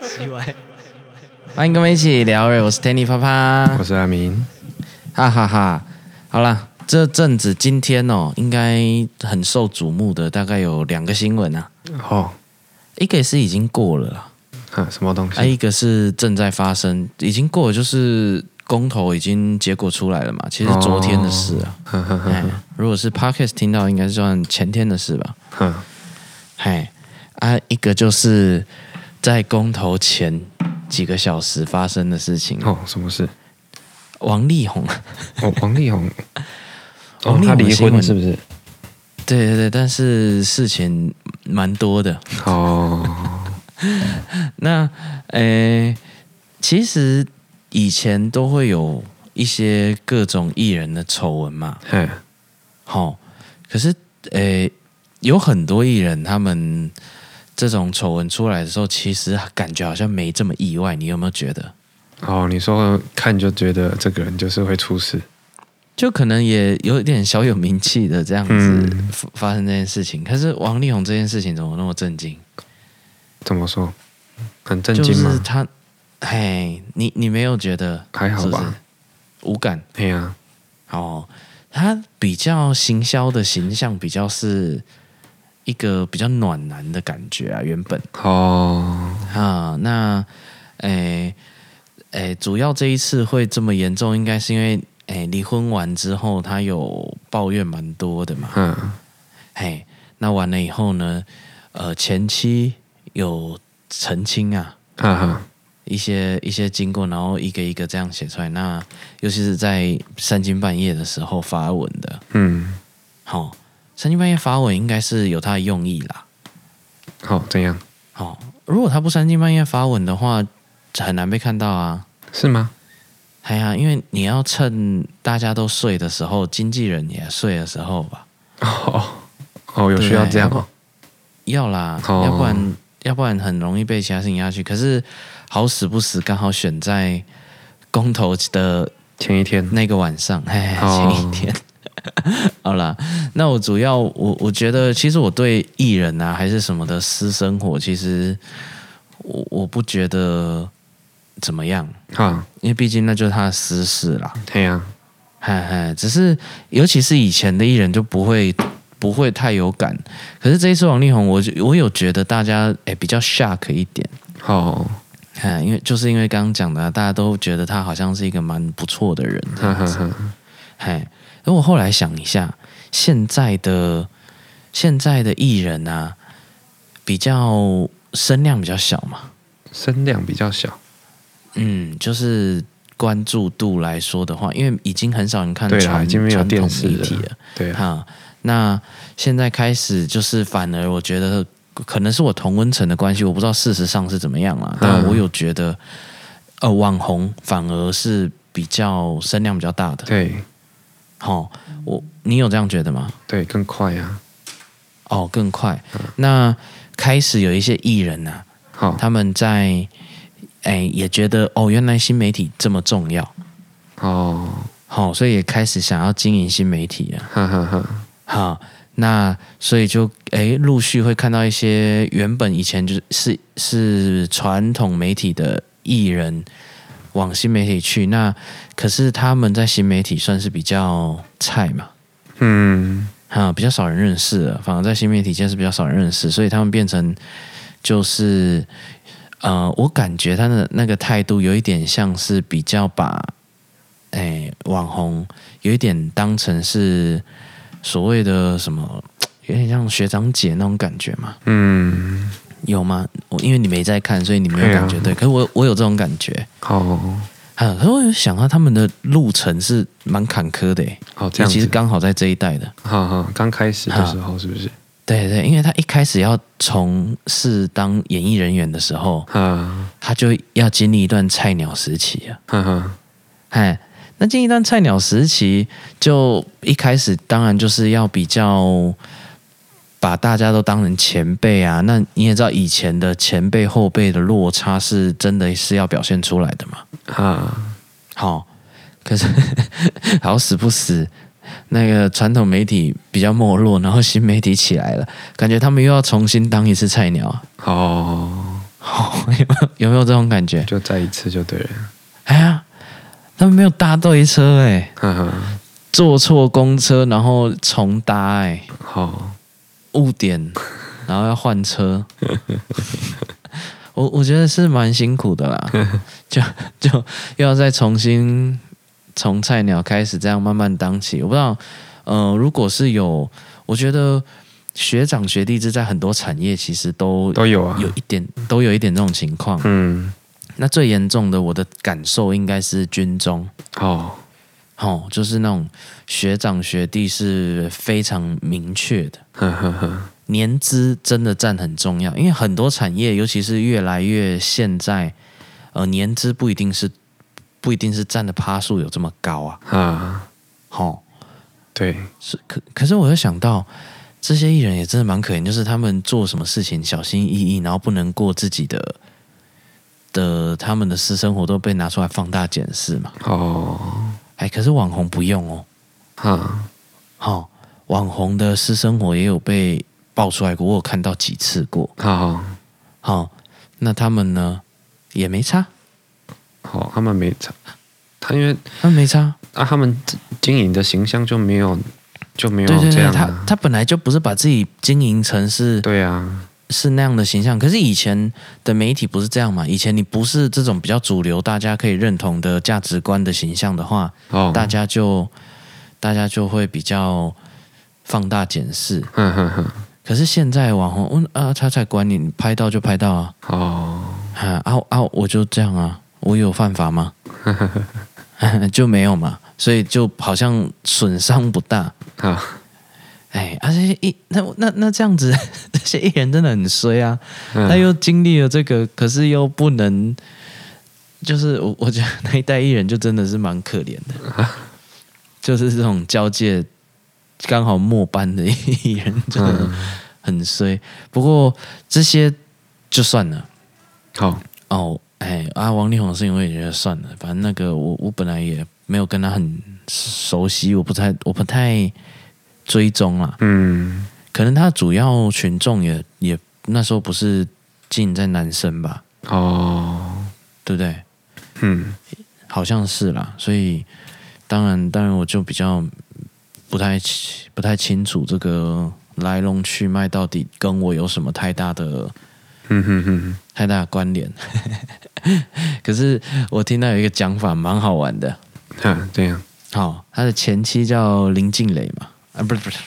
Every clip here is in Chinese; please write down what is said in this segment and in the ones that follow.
奇怪。欢迎跟我们一起聊瑞，我是 Tanny 啪啪，我是阿明。哈哈哈。好啦，这阵子今天哦，应该很受瞩目的，大概有两个新闻啊，哦，一个也是已经过了啦，啊，什么东啊，西？一个是正在发生，已经过了就是公投已经结果出来了嘛，其实是昨天的事啊。哼哼哎哼，如果是 Podcast 听到，应该算前天的事吧。哼，嗨，啊，一个就是在公投前几个小时发生的事情。哦，什么事？王力宏，哦，王力宏，哦王，力他宏的离新闻婚是不是？对对对，但是事情蛮多的。哦，那，诶，其实以前都会有一些各种艺人的丑闻嘛，嘿，好、可是，诶，有很多艺人他们这种丑闻出来的时候，其实感觉好像没这么意外，你有没有觉得？哦，你说看就觉得这个人就是会出事，就可能也有一点小有名气的这样子嗯发发生这件事情，可是王力宏这件事情怎么那么震惊？怎么说？很震就惊是吗？他，嘿，你你没有觉得还好是不是吧？无感哎呀，哦，他比较行销的形象比较是一个比较暖男的感觉啊，原本哦，啊，那诶诶，主要这一次会这么严重，应该是因为诶离婚完之后，他有抱怨蛮多的嘛，嗯，嘿，那完了以后呢，呃，前期有澄清啊，哈哈，一些一些经过，然后一个一个这样写出来。那尤其是在三更半夜的时候发文的，嗯，好、三更半夜发文应该是有他的用意啦。好，哦怎样？好、如果他不三更半夜发文的话，很难被看到啊。是吗？哎呀，因为你要趁大家都睡的时候，经纪人也睡的时候吧。哦，哦，有需要这样啊哦。要啦，哦要不然要不然很容易被其他事情压去。可是好死不死，刚好选在公投的前一天，那个晚上，哎，哦前一天。 好啦，那我主要我我觉得，其实我对艺人啊还是什么的私生活，其实我我不觉得怎么样，哈，因为毕竟那就是他的私事啦。哎呀，嗨嗨，只是尤其是以前的艺人就不会不会太有感，可是这一次王力宏，我就我有觉得大家诶比较 shock 一点，哦，嗨，因为就是因为刚刚讲的啊、大家都觉得他好像是一个蛮不错的人，哈哈哈，嗨，而我后来想一下，现在的现在的艺人啊，比较声量比较小嘛，声量比较小。嗯，就是关注度来说的话，因为已经很少人看对啦传已经没有传统电视媒了体了。对啊，哈，那现在开始就是反而我觉得可能是我同温层的关系，我不知道事实上是怎么样嗯啦，但我有觉得，呃，网红反而是比较声量比较大的。对好、我你有这样觉得吗？对，更快啊。哦，更快。那开始有一些艺人呐、好，他们在哎也觉得哦，原来新媒体这么重要，哦，好、所以也开始想要经营新媒体了。哈哈哈，好，那所以就诶，陆续会看到一些原本以前就是是是传统媒体的艺人往新媒体去，那可是他们在新媒体算是比较菜嘛，嗯，哈，啊比较少人认识了，反而在新媒体界是比较少人认识，所以他们变成就是呃，我感觉他的那个态度有一点像是比较把哎网红有一点当成是所谓的什么，有点像学长姐那种感觉嘛，嗯，有吗？我因为你没在看，所以你没有对啊感觉对，可是我我有这种感觉。哦，啊，可是我有想到他们的路程是蛮坎坷的耶，欸哦，这尤样其是子，刚好在这一代的。哈哈，刚开始的时候是不是？对对，因为他一开始要从事当演艺人员的时候，哈，他就要经历一段菜鸟时期啊。哈哈，哎，那经历一段菜鸟时期，就一开始当然就是要比较把大家都当成前辈啊。那你也知道，以前的前辈后辈的落差是真的是要表现出来的嘛。哈， 好，可是好死不死，那个传统媒体比较没落，然后新媒体起来了，感觉他们又要重新当一次菜鸟啊！哦， 有没有这种感觉？就再一次就对了，哎呀，他们没有搭对车哎、哈哈，坐错公车，然后重搭哎、好，误点，然后要换车。 我我觉得是蛮辛苦的啦， 就就又要再重新从菜鸟开始，这样慢慢当起。我不知道，呃，如果是有，我觉得学长学弟制在很多产业其实都都有啊，有一点，都有一点这种情况。嗯，那最严重的，我的感受应该是军中，哦，哦，就是那种学长学弟是非常明确的。呵呵呵，年资真的占很重要，因为很多产业，尤其是越来越现在，呃，年资不一定是不一定是占的趴数有这么高啊。啊，好、对，是可可是我又想到，这些艺人也真的蛮可怜，就是他们做什么事情小心翼翼，然后不能过自己的的他们的私生活都被拿出来放大检视嘛。哦，哎，可是网红不用哦，哈，好、网红的私生活也有被爆出来过，我有看到几次过。好，好、那他们呢也没差，好，他们没差，他因为他们没差，啊，他们经营的形象就没有就没有对对这对，样他啊，他本来就不是把自己经营成是对啊，是那样的形象，可是以前的媒体不是这样嘛？以前你不是这种比较主流、大家可以认同的价值观的形象的话，哦，大家就大家就会比较放大检视。哼哼哼，可是现在网红，嗯啊，他才管你，你拍到就拍到啊，哦， 啊啊啊！我就这样啊，我有犯法吗？ 就没有嘛，所以就好像损伤不大。啊，哎，而、且一那那那这样子， 这些艺人真的很衰啊！嗯他又经历了这个，可是又不能，就是我 我觉得那一代艺人就真的是蛮可怜 的，就是这种交界刚好末班的艺人，真的嗯，很衰。不过这些就算了。好，哦，哎啊，王力宏的事情我也觉得算了，反正那个我我本来也没有跟他很熟悉，我不太我不太追踪啦。嗯，可能他主要群众也也那时候不是尽在男生吧，哦，对不对？嗯，好像是啦，所以当然当然我就比较不太不太清楚这个来龙去脉到底跟我有什么太大的嗯哼哼，太大的关联。 可是我听到有一个讲法蛮好玩的，哈，嗯这样，好、他的前妻叫林静蕾嘛？啊，不是不是，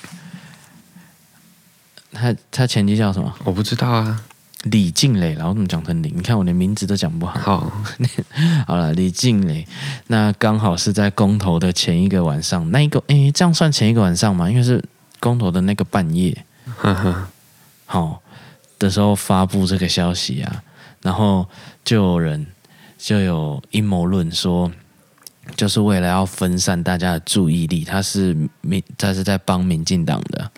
他他前妻叫什么？我不知道啊，李静蕾啦，然后怎么讲成林？你看我连名字都讲不好。好， 好了，李静蕾，那刚好是在公投的前一个晚上，那一个诶，这样算前一个晚上嘛？因为是公投的那个半夜，哈哈，好、的时候发布这个消息啊，然后就有人就有阴谋论说，就是为了要分散大家的注意力，他是民，他是在帮民进党的，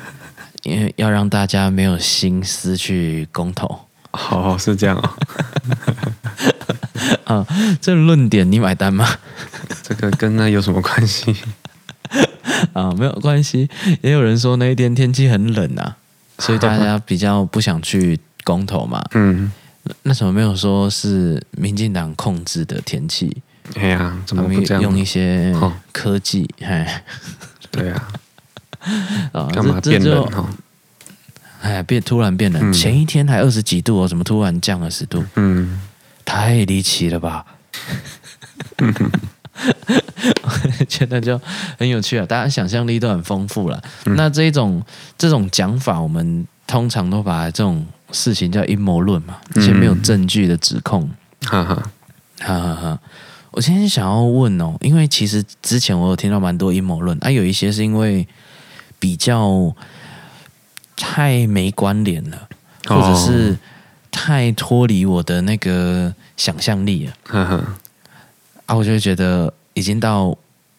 因为要让大家没有心思去公投。好，是这样哦， 这论点你买单吗？这个跟那有什么关系？ 啊，没有关系。也有人说那一天天气很冷啊，所以大家比较不想去公投嘛。嗯，那怎么没有说是民进党控制的天气？哎呀，怎他么们不这用一样？些哦科技， 哎、对啊，啊，干嘛这变这冷就哦？哎变突然变冷，嗯前一天还二十几度哦，怎么突然降了十度？嗯，太离奇了 吧！觉得就很有趣啊，大家想象力都很丰富了。嗯那这一种这种讲法，我们通常都把这种事情叫阴谋论嘛，一些没有嗯证据的指控。哈哈，哈哈哈！我今天想要问哦，因为其实之前我有听到蛮多阴谋论，啊，有一些是因为比较太没关联了，或者是太脱离我的那个想象力了。哈哈，啊，我就会觉得已经到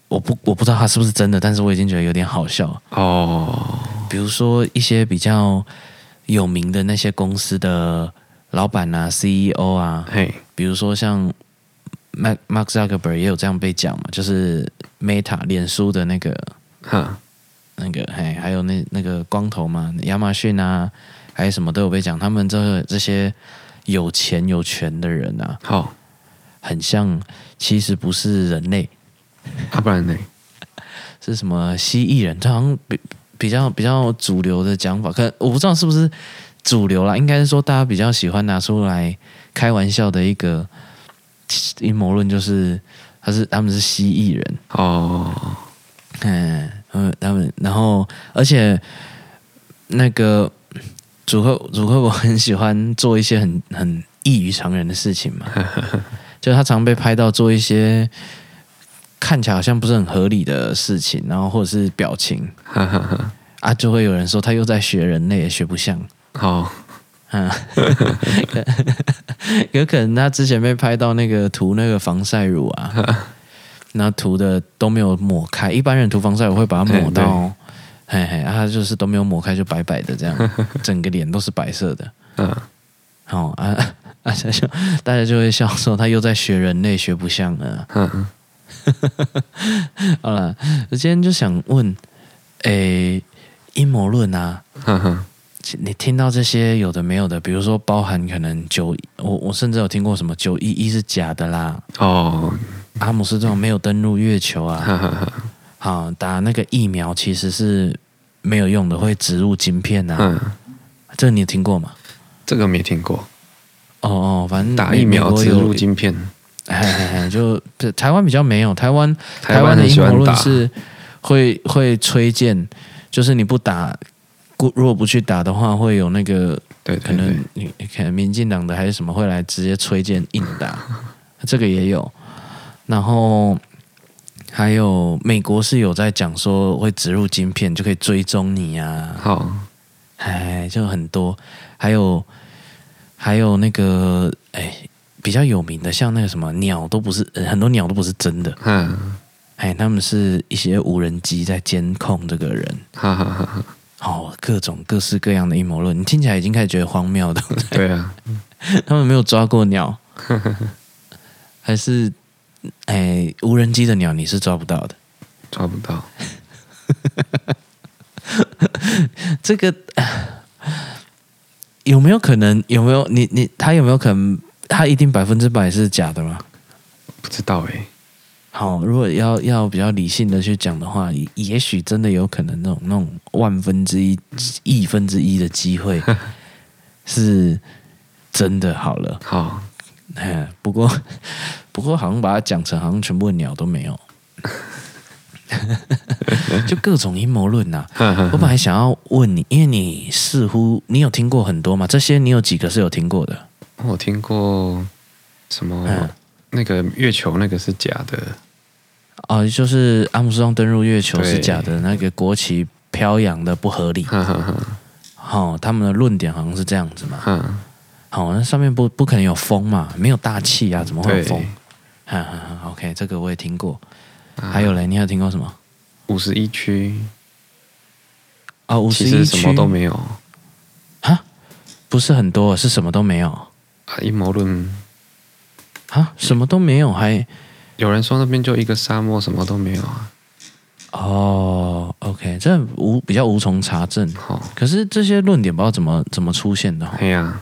我不我不知道它是不是真的，但是我已经觉得有点好笑。哦，比如说一些比较有名的那些公司的老板啊、CEO 啊，嘿，比如说像 Mark Mark Zuckerberg 也有这样被讲嘛，就是 Meta 脸书的那个哈，那个，嘿，还有那那个光头嘛，亚马逊啊，还有什么都有被讲，他们这这些有钱有权的人啊，好，很像其实不是人类，啊，不然呢？是什么蜥蜴人，他好像比比较比较主流的讲法，可能我不知道是不是主流啦，应该是说大家比较喜欢拿出来开玩笑的一个阴谋论，就是他是他们是蜥蜴人，哦，嗯嗯，他们然后而且那个组合组合我很喜欢做一些很很异于常人的事情嘛，就他常被拍到做一些看起来好像不是很合理的事情，然后或者是表情。哈哈哈，啊，就会有人说他又在学人类，也学不像。好，嗯，可 有可能他之前被拍到那个涂那个防晒乳啊， 那涂的都没有抹开。一般人涂防晒乳会把它抹到，嘿嘿，啊，他就是都没有抹开，就白白的这样，整个脸都是白色的。嗯，哦啊啊！笑笑，大家就会笑说他又在学人类，学不像了。 嗯，好了，我今天就想问，诶，阴谋论啊，哈哈，你听到这些有的没有的，比如说包含可能九，我我甚至有听过什么九一一是假的啦，哦，阿姆斯壮没有登陆月球啊，哈哈哈，好打那个疫苗其实是没有用的，会植入晶片啊，嗯，这你有听过吗？这个没听过，哦哦，反正打美疫苗美国植有入晶片，哎哎哎，就这台湾比较没有，台湾台湾湾的很阴喜谋欢论打，是会会推荐，就是你不打，不如果不去打的话，会有那个对可对对能，你可能民进党的还是什么会来直接推荐硬打， 这个也有。然后还有美国是有在讲说会植入晶片就可以追踪你啊，好，哎，就很多。还有还有那个哎比较有名的，像那个什么鸟都不是、呃很多鸟都不是真的，嗯，哎，他们是一些无人机在监控这个人。哈哈哈哈，哦，各种各式各样的阴谋论，你听起来已经开始觉得荒谬的。对啊，他们没有抓过鸟， 还是哎、无人机的鸟你是抓不到的。抓不到，这个 啊有没有可能？有没有你你他有没有可能？他一定百分之百是假的吗？不知道哎，好，如果要要比较理性的去讲的话，也也许真的有可能那种那种万分之一、亿分之一的机会是真的。好了，好，哎，不过 不过好像把它讲成好像全部的鸟都没有， 就各种阴谋论呐、哈我哈，本来想要问你，因为你似乎你有听过很多嘛，这些你有几个是有听过的？我听过什嗯么那个月球那个是假的，哦，就是阿姆斯壮登陆月球是对假的，那个国旗飘扬的不合理，哈哈哈，好、他们的论点好像是这样子嘛，哈，好、那上面不不可能有风嘛，没有大气啊，怎么会有对，风？哈哈哈，OK，这个我也听过。还有嘞，你还有听过什么？啊五十一区哦，五十其一实区什么都没有，啊，不是很多，是什么都没有啊，阴谋论。啊，什么都没有，还有人说那边就一个沙漠，什么都没有啊。哦，OK，这无比较无从查证。好、可是这些论点不知道怎么怎么出现的哦、哎呀，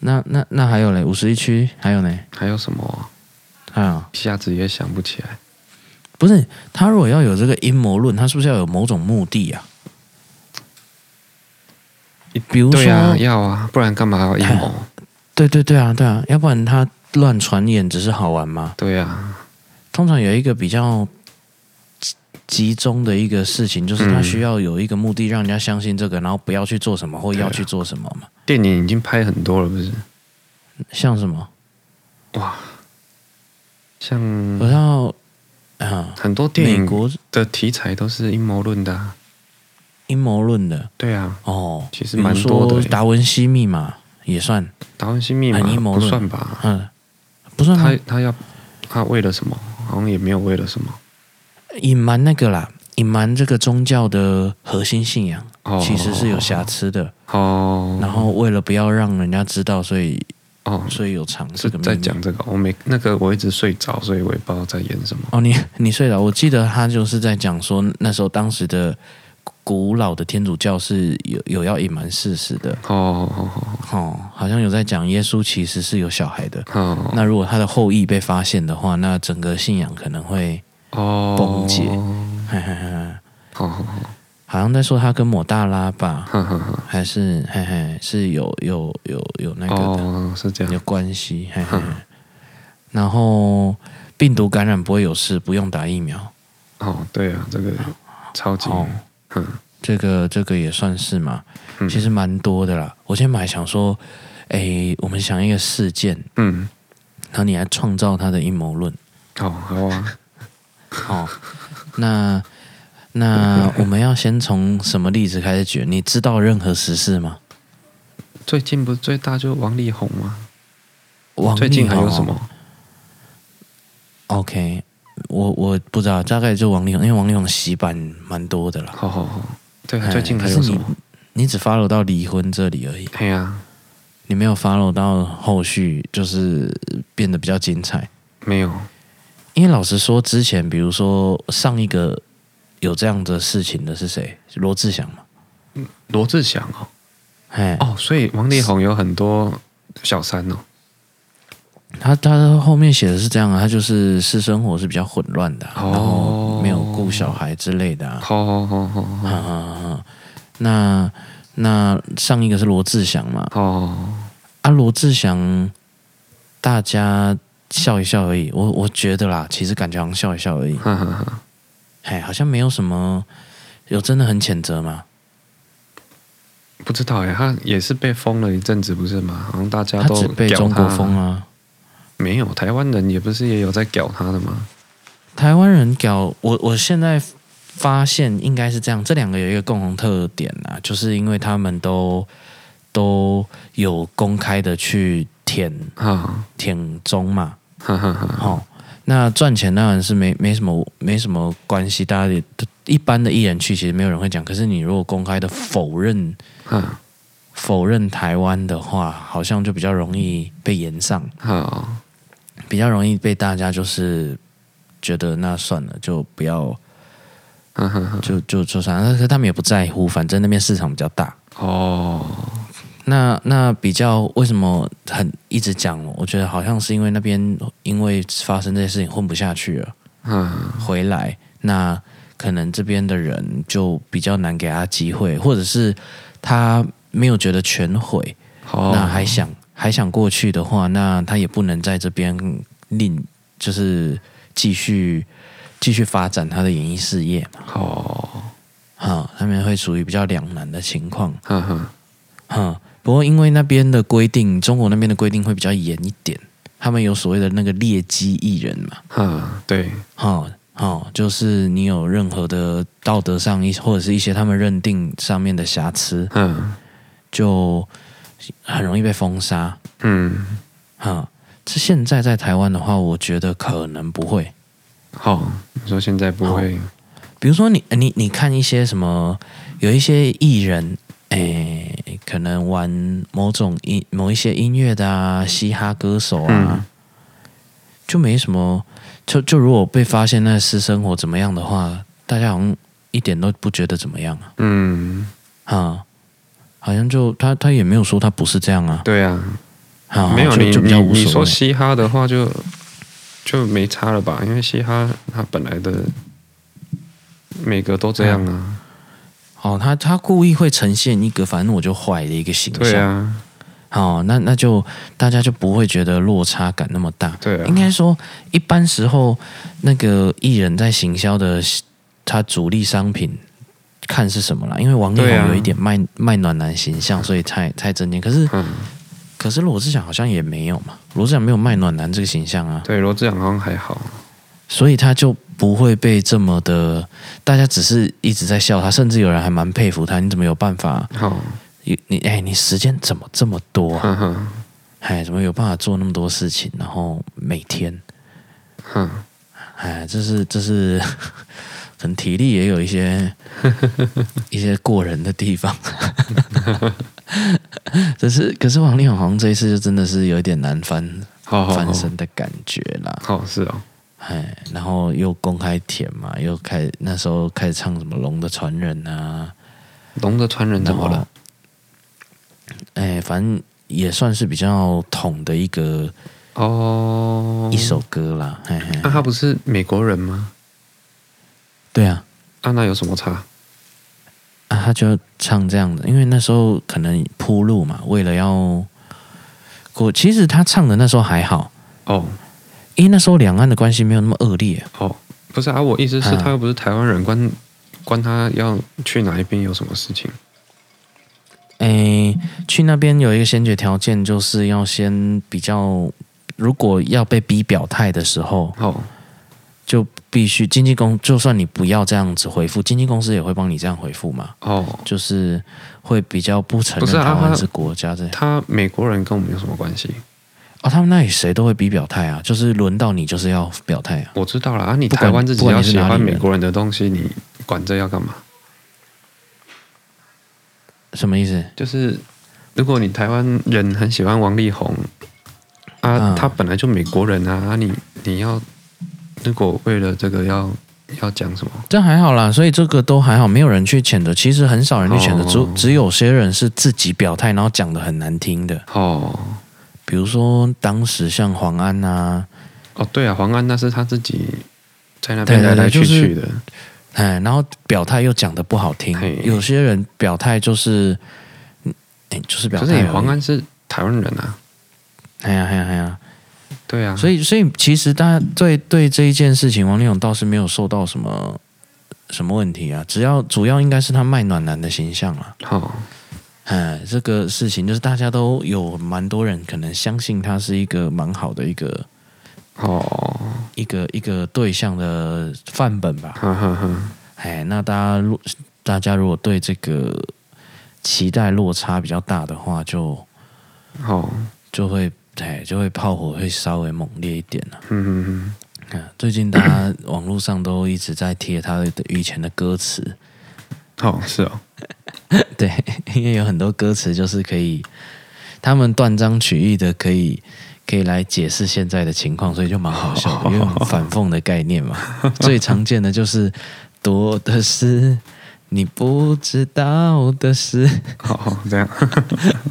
那那那还有嘞，五十一区还有呢，还有什么？啊还有一下子也想不起来。不是他如果要有这个阴谋论，他是不是要有某种目的啊？比如说，对啊，要啊，不然干嘛要阴 谋？对对对啊，对啊，要不然他乱传言只是好玩吗？对啊，通常有一个比较集集中的一个事情，就是他嗯需要有一个目的，让人家相信这个，然后不要去做什么或对啊要去做什么嘛。电影已经拍很多了，不是？像什么？哇，像我要啊，很多嗯电呃美影国的题材都是阴谋论的、啊。阴谋论的对啊，哦，其实比如蛮多的欸说达文西密码也算，达文西密码很阴谋不论算吧？嗯，不算吗他他要他为了什么？好像也没有为了什么。隐瞒那个啦，隐瞒这个宗教的核心信仰，哦，其实是有瑕疵的。哦，然后为了不要让人家知道，所以哦，所以有藏这是个秘密。在讲这个，我没那个我一直睡着，所以我也不知道在演什么。哦，你你睡了。我记得他就是在讲说，那时候当时的古老的天主教是有有要隐瞒事实的，哦哦哦，好像有在讲耶稣其实是有小孩的。哦哦那如果他的后裔被发现的话，那整个信仰可能会， 哦，崩解哦嘿嘿嘿，哦好像在说他跟抹大拉吧，呵呵呵还是嘿嘿是有有有有那个的、哦，是这有样。关 系，嘿嘿。嘿然后病毒感染不会有事，不用打疫苗。哦，对啊，这个超级，哦嗯这个这个也算是嘛，嗯其实蛮多的啦。我今天本来想说，诶，我们想一个事件，嗯，然后你来创造它的阴谋论。好好啊，哦，那那我们要先从什么例子开始举？你知道任何时事吗？最近不是最大就是王力宏吗？王力宏最近还有什么？ ？OK，我我不知道，大概就王力宏，因为王力宏洗版蛮多的啦。好好好，对啊，哎最近还有可是什你么？你只 follow 到离婚这里而已，嘿啊呀，你没有 follow 到后续，就是变得比较精彩。没有，因为老实说，之前比如说上一个有这样的事情的是谁？罗志祥嘛。罗志祥哦，哎，哦，所以王力宏有很多小三哦，他他后面写的是这样啊，他就是私生活是比较混乱的啊、哦然后没有顾小孩之类的啊。好好好好啊好啊啊！那那上一个是罗志祥嘛？好，啊，罗志祥，大家笑一笑而已。我我觉得啦，其实感觉好像笑一笑而已，哈哈哈，哎，好像没有什么有真的很谴责嘛。不知道哎，他也是被封了一阵子，不是吗？好像大家他都只被屌中他国封，啊，没有台湾人也不是也有在屌他的吗？台湾人屌我，我现在发现应该是这样，这两个有一个共同特点啊，就是因为他们都都有公开的去舔啊，舔中嘛，哈哈哈，哦，那赚钱当然是没没什么没什么关系，大家也一般的艺人去其实没有人会讲，可是你如果公开的否认哈否认台湾的话，好像就比较容易被延上，好，比较容易被大家就是觉得那算了，就不要。哈哈哈，就就就算，但是他们也不在乎，反正那边市场比较大。哦，那那比较为什么很一直讲？我觉得好像是因为那边因为发生这些事情混不下去了，嗯，回来那可能这边的人就比较难给他机会，或者是他没有觉得全毁，好，那还想还想过去的话，那他也不能在这边另就是继续继续发展他的演艺事业。好，哈，他们会属于比较两难的情况，哈哈，哈。不过因为那边的规定，中国那边的规定会比较严一点，他们有所谓的那个劣迹艺人嘛，哈，对，哈哈，就是你有任何的道德上一或者是一些他们认定上面的瑕疵，嗯就很容易被封杀，嗯，哈。这现在在台湾的话，我觉得可能不会，好，你说现在不会，比如说你呃你你看一些什么，有一些艺人，诶、可能玩某种音某一些音乐的啊，嘻哈歌手啊，嗯就没什么，就就如果被发现那私生活怎么样的话，大家好像一点都不觉得怎么样啊，嗯，啊，好像就他他也没有说他不是这样啊，对啊，啊没有就你就比你较无你所说谓，嘻哈的话就就没差了吧？因为嘻哈它本来的每个都这样啊，哦，他他故意会呈现一个反正我就坏的一个形对象，啊，哦，那那就大家就不会觉得落差感那么大。对应啊，该说，一般时候那个艺人在行销的他主力商品看是什么啦，因为王力宏对啊有一点卖、卖暖男形象，所以才才增加。可是嗯，可是罗志祥好像也没有嘛，罗志祥没有卖暖男这个形象啊，对，罗志祥好像还好，所以他就不会被这么的，大家只是一直在笑他，甚至有人还蛮佩服他，你怎么有办法？好，你你哎，你时间怎么这么多啊？哈哈，哎，怎么有办法做那么多事情？然后每天。哈，哎，这是这是， 可 能体力也有一些一些过人的地方。只是 可是王力宏好像这一次就真的是有一点难翻好好好翻，身的感觉啦。好是哦，哎，然后又公开舔嘛，又开那时候开始唱什么《龙的传人》啊，龙的传人怎么了？哎，反正也算是比较统的一个、哦，一首歌啦。嘿嘿，那、他不是美国人吗？对啊，啊，那有什么差？啊，他就唱这样子，因为那时候可能铺路嘛，为了要过，其实他唱的那时候还好，哦因为那时候两岸的关系没有那么恶劣。哦，不是啊，我意思是，嗯他又不是台湾人，关关他要去哪一边有什么事情？诶，去那边有一个先决条件，就是要先比较，如果要被逼表态的时候，哦就必须经纪公，就算你不要这样子回复，经纪公司也会帮你这样回复嘛，哦，就是会比较不承不认是啊台湾他是国家这样。他美国人跟我们有什么关系？哦，他们那里谁都会逼表态啊，就是轮到你就是要表态啊。我知道了啊，你不管台湾自己不管要你是喜哪里欢人美国人的东西，你管这要干嘛？什么意思？就是如果你台湾人很喜欢王力宏啊，嗯他本来就美国人啊，啊你你要如果为了这个要要讲什么？这还好啦，所以这个都还好，没有人去谴责。其实很少人去谴责，只、哦只有些人是自己表态，然后讲的很难听的。哦比如说当时像黄安啊，哦，对啊，黄安那是他自己在那边对来对对来去就是去的，哎，然后表态又讲的不好听嘿，有些人表态就是，哎，就是表可态是而已。你黄安是台湾人啊，哎呀，哎呀，哎呀，对啊，所以，所以其实大家对对这一件事情，王力宏倒是没有受到什么什么问题啊。只要主要应该是他卖暖男的形象啊啦。好、哎，这个事情就是大家都有蛮多人可能相信他是一个蛮好的一个哦，一个一个对象的范本吧。哈哈哈，哎，那大家如大家如果对这个期待落差比较大的话，就好、就会哎就会炮火会稍微猛烈一点了、啊。嗯嗯嗯，最近大家网络上都一直在贴他的以前的歌词，好、是哦，对，因为有很多歌词就是可以他们断章取义的可以。可以来解释现在的情况，所以就蛮好笑的，因为有反讽的概念嘛。最常见的就是多的是你不知道的事，好、这样，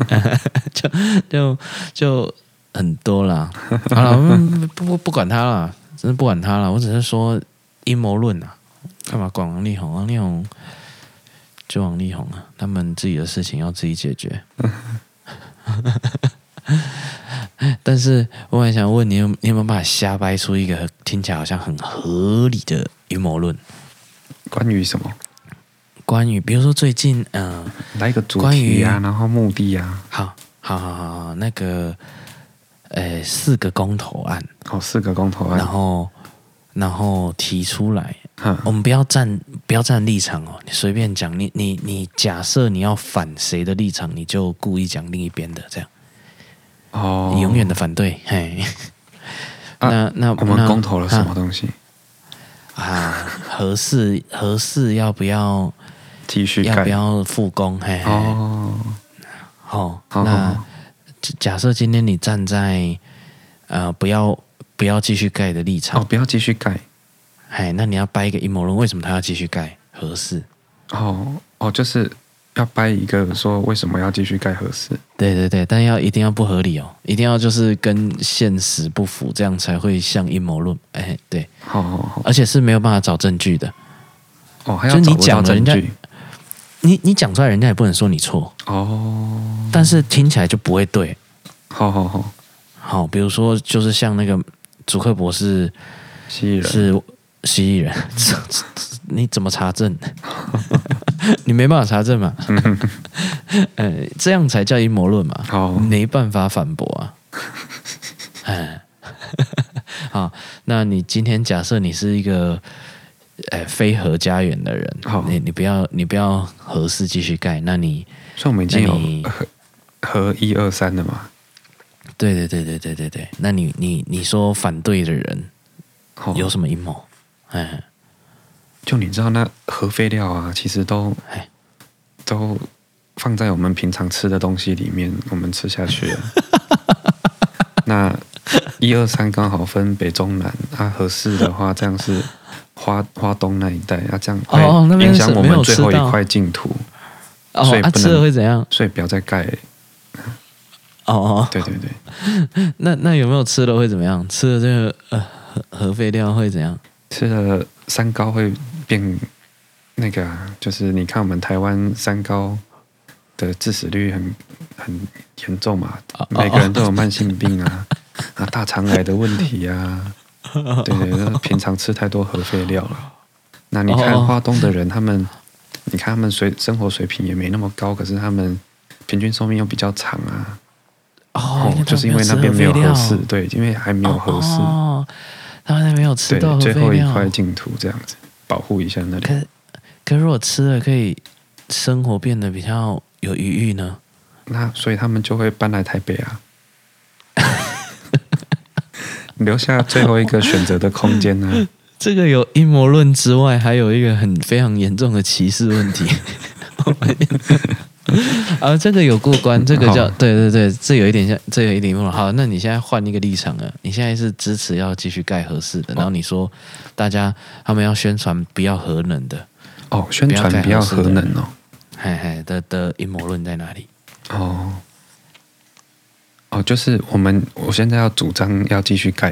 就就就很多啦。好了，我们不不不管他了，真的不管他了。我只是说阴谋论啊，干嘛管王力宏？王力宏就王力宏啊，他们自己的事情要自己解决。 但是我很想问你有，你有没有办法瞎掰出一个听起来好像很合理的阴谋论？关于什么？关于比如说最近，嗯、来一个主关于题啊，然后目的啊，好，好，好，好，好那个，呃，四个公投案，好、四个公投然案，后然后提出来，哈，我们不要站不要站立场哦，你随便讲，你你你假设你要反谁的立场，你就故意讲另一边的，这样哦，你永远的反对，嘿。啊那那我们那公投了什么东西？啊？合适合适要不要继续要盖不要复工？嘿，嘿哦，好，好那好假假设今天你站在呃不要不要继续盖的立好，哦，场，不要继续盖哎，那你要掰一个阴谋论，为什么他要继续盖？合适？哦哦，就是要掰一个说为什么要继续盖合适对对对，但要一定要不合理哦，一定要就是跟现实不符，这样才会像阴谋论。哎，对，好好好而且是没有办法找证据的。哦，还要就是找你不到讲了证人家据你你讲出来，人家也不能说你错，哦，但是听起来就不会对。好好好，好，比如说就是像那个祖克伯是蜥蜴人是蜥蜴人， 这这这你怎么查证？你没办法查证嘛？呃，这样才叫阴谋论嘛？好没办法反驳 啊。哎， 好，那你今天假设你是一个，呃，非核家园的人好，你你不要你不要合适继续盖，那你所以我们已经那你有合合一二三了嘛， 对对对对对对对，那你你你说反对的人好，有什么阴谋？哎，就你知道那核废料啊，其实都哎都放在我们平常吃的东西里面，我们吃下 去了。那一二三刚好分北中南啊，合适的话这样是花花东那一带啊，这样会哦那边影是响我没们有最吃后到一块净土，哦所以，啊，不能吃了会怎样？所以不要再盖。哦哦，对对对，那那有没有吃了会怎么样？吃了这个呃核核废料会怎样？吃了三高会变那个、啊，就是你看我们台湾三高的致死率很很严重嘛，哦每个人都有慢性病啊，啊大肠癌的问题 啊，对，就是平常吃太多核废料了。那你哦哦看花东的人，他们你看他们水生活水平也没那么高，可是他们平均寿命又比较长啊，哦，就是因为那边没有合合适，对，因为还没有合适，哦，他们那边没有吃到对，核最废后一料块净土这样子保护一下那里。可可如果吃了可以生活变得比较有余裕呢？那所以他们就会搬来台北啊， 留下最后一个选择的空间呢、啊。这个有阴谋论之外，还有一个很非常严重的歧视问题。 啊，这个有过关，这个叫好对对对，这有一点像，这有一点像。好，那你现在换一个立场了，你现在是支持要继续盖合适的，然后你说大家他们要宣传不要核能的，哦，宣传不要核能哦。嘿嘿的的阴谋论在哪里？哦，哦，就是我们我现在要主张要继续盖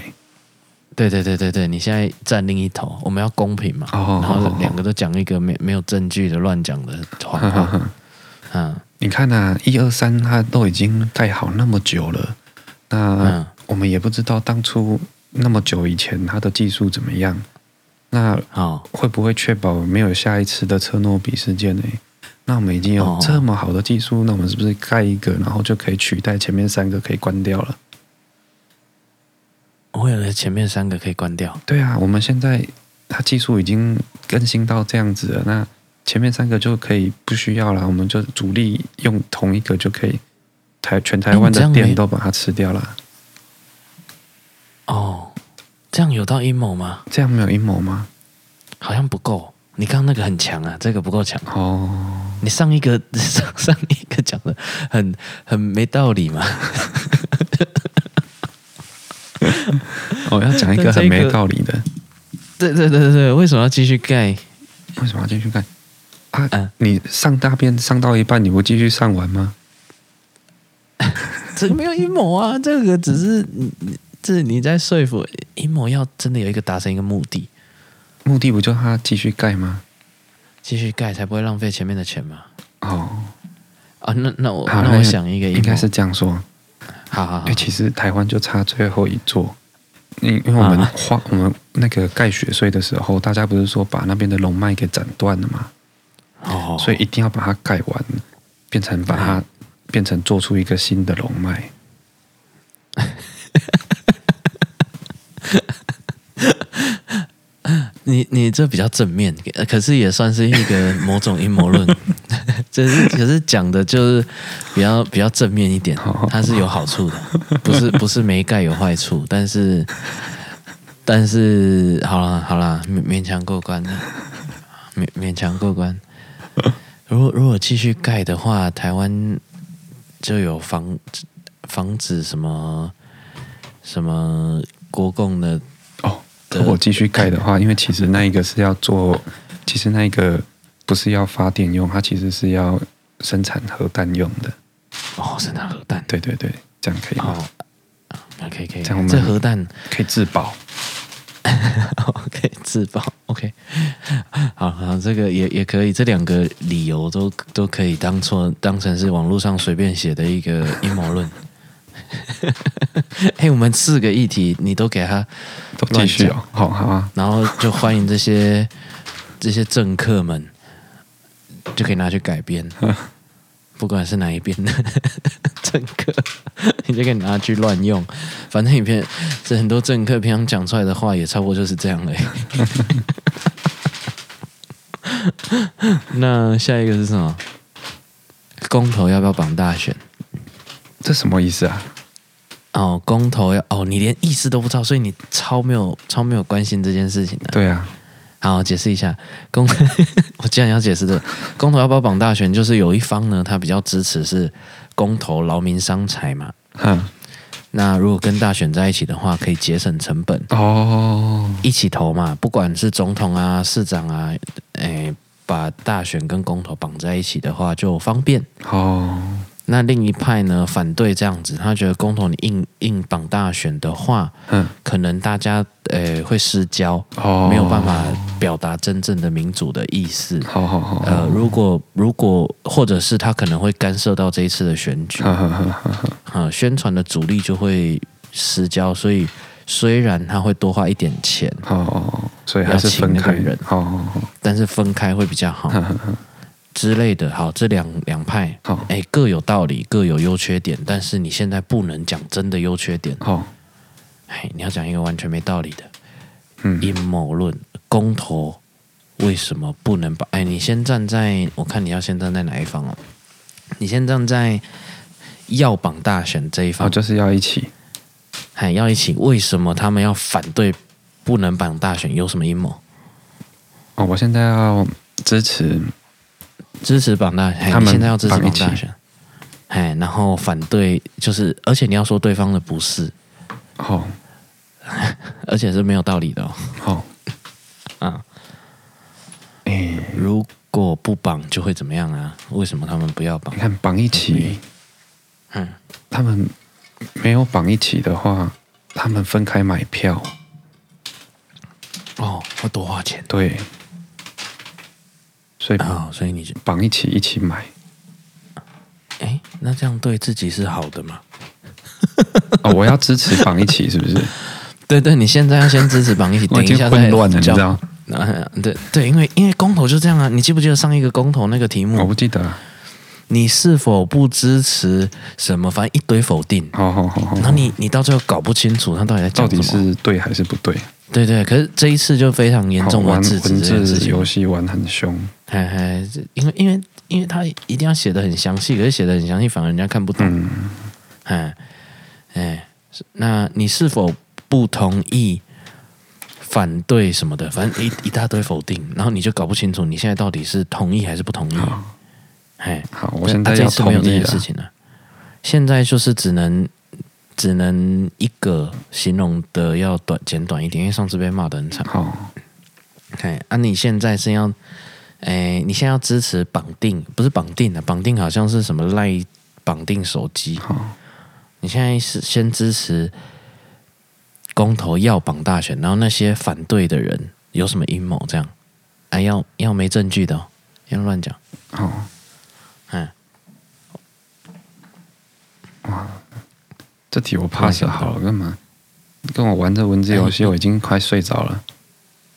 对对对对对，你现在站另一头，我们要公平嘛，哦然后两个都讲一个没没有证据的乱讲的谎哈哈 话，哈。嗯你看啊，一二三，它都已经盖好那么久了，那嗯我们也不知道当初那么久以前它的技术怎么样。那好，会不会确保没有下一次的车诺比事件呢？那我们已经有哦这么好的技术，那我们是不是盖一个，然后就可以取代前面三个，可以关掉了？为了前面三个可以关掉。对啊，我们现在它技术已经更新到这样子了，那前面三个就可以不需要了，我们就主力用同一个就可以，台全台湾哎你这的样没店都把它吃掉了，哦，这样有到阴谋吗？这样没有阴谋吗？好像不够。你刚刚那个很强啊，这个不够强。哦，你上一个 上上一个讲的很很没道理嘛。 哦 我要讲一个但这很没个道理的，对对对对对，为什么要继续盖？为什么要继续盖？啊，嗯你上大便上到一半，你不继续上完吗？这个没有阴谋啊，这个只是你你这你在说服阴谋，要真的有一个达成一个目的，目的不就他继续盖吗？继续盖才不会浪费前面的钱嘛。哦，啊，那那我好那那我个想一个阴谋，应该是这样说，哦好好好因为，其实台湾就差最后一座。因因为我们啊花、我们那个盖雪隧的时候，大家不是说把那边的龙脉给斩断了嘛，哦，所以一定要把它盖完，变成把它、变成做出一个新的龙脉。你你这比较正面，呃可是也算是一个某种阴谋论， 就是可是讲的就是比较比较正面一点好，它是有好处的，不是不是没盖有坏处，但是但是好啦好啦，勉勉强过关了，勉勉强过关。如果如果继续盖的话，台湾就有防防止什么什么国共的哦，如果继续盖的话，因为其实那一个是要做，其实那一个不是要发电用，它其实是要生产核弹用的。哦生产核弹。对对对，这样可以吗？哦，啊可以可以，这样我们这核弹可以自保。可以自爆，OK，好好，这个也也可以，这两个理由都都可以当做当成是网络上随便写的一个阴谋论。哎、我们四个议题你都给他，都继续哦，好好啊，然后就欢迎这些 这些政客们，就可以拿去改编， 不管是哪一边的 政客，你就可以拿去乱用。反正影片这很多政客平常讲出来的话，也差不多就是这样了。 那下一个是什么？公投要不要绑大选？这什么意思啊？哦，公投要哦，你连意思都不知道，所以你超没有超没有关心这件事情的、对啊，好，解释一下，公， 我既然要解释的，公投要不要绑大选，就是有一方呢，他比较支持是公投劳民伤财嘛。哈，那如果跟大选在一起的话，可以节省成本，哦，一起投嘛，不管是总统啊、市长啊，诶，把大选跟公投绑在一起的话，就方便。哦，那另一派呢，反对这样子，他觉得公投你硬硬绑大选的话，嗯，可能大家诶会失焦，哦，没有办法表达真正的民主的意思。好好好，呃，如果如果或者是他可能会干涉到这一次的选举，哈哈哈哈哈，哈、宣传的主力就会失焦，所以虽然他会多花一点钱，好好，好所以还是要请分那个开哦人好好好，但是分开会比较好哈哈哈，之类的。好，这两两派，好，哎，各有道理，各有优缺点，但是你现在不能讲真的优缺点，好，哎，你要讲一个完全没道理的嗯，阴谋论，公投为什么不能把？哎，你先站在，我看你要先站在哪一方哦？你先站在要绑大选这一方哦，，就是要一起，还要一起，为什么他们要反对不能绑大选？有什么阴谋？哦，我现在要支持，支持绑大选，嘿他们你现在要支持绑绑一大起选，哎，然后反对就是，而且你要说对方的不是，好，而且是没有道理的、哦、好，啊。哎，如果不绑就会怎么样啊？为什么他们不要绑你？看绑一起，嗯，他们没有绑一起的话，他们分开买票，哦，会多花钱对，所以哦，所以你就绑一起一起买，哎，那这样对自己是好的吗？哦，我要支持绑一起，是 不是？对对，你现在要先支持绑一起，我等已一经下再混乱了，你知叫道？啊，对对，因为因为公投就这样啊，你记不记得上一个公投那个题我目不？记得了，你是否不支持什么？反正一堆否定，好好好好然后，你你到最后搞不清楚他到底在哦到讲什底么。是对还是不对？对对，可是这一次就非常严好重的玩制止文这件事字情游。戏玩很凶，嘿嘿，这因为因为因为他一定要写的很详细，可是写的很详细反而人家看不懂。嗯，哎哎，是那你是否不同意、反对什么的？反正一一大堆否定，然后你就搞不清楚你现在到底是同意还是不同意。好，哎，好，我现在啊这要一次没有同这意件了事，情了。现在就是只能只能一个形容的要短简短一点，因为上次被骂的很惨。好，哎，啊，你现在是要，哎，你现在要支持绑定，不是绑定啊，绑定好像是什么赖绑定手机。好，你现在是先支持公投要绑大选，然后那些反对的人有什么阴谋这样？哎，要要没证据的、哦，要乱讲。好，嗯，这题我 pass 了好了，干嘛？你跟我玩这文字游戏，我已经快睡着了，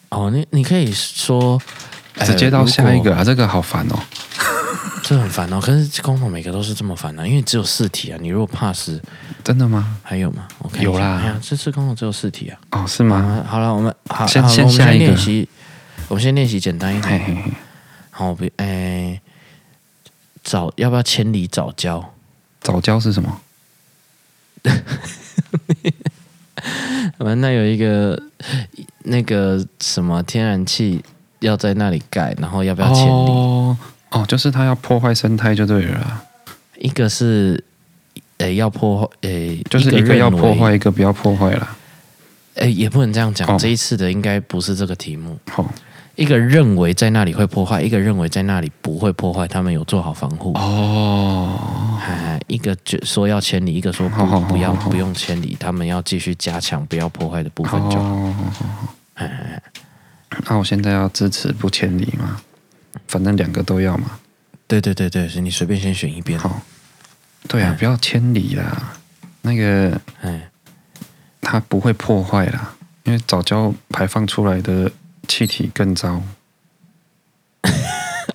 哦，你你可以说呃直接到下一如果个啊，这个好烦哦。这很烦哦。可是公投每个都是这么烦啊，因为只有四题啊。你如果 pass 真的吗？还有吗？我看一下有啦哎呀，这次公投只有四题啊。哦，是吗？啊，好了，我们好，先好先我们下一个练习，我们先练习简单一嘿点。嘿嘿，好，我不哎，早要不要千里早教？早教是什么？我们那有一个那个什么天然气要在那里盖，然后要不要迁离？哦哦，就是他要破坏生态就对了啦，一个是诶、要破坏，诶、就是一个认要为破，坏，一个不要破坏啦。诶、也不能这样讲。哦这一次的应该不是这个题目。好一个认为在那里会破坏，一个认为在那里不会破坏，他们有做好防护。哦，哎，一个就说要迁离，一个说不好好好不要好好不用迁离，他们要继续加强不要破坏的部分好哎就好。好好。哦那我现在要支持不千里吗？反正两个都要嘛。对对对对，是你随便先选一边。好，对啊，不要千里啦，那个哎，它不会破坏啦，因为早教排放出来的气体更糟。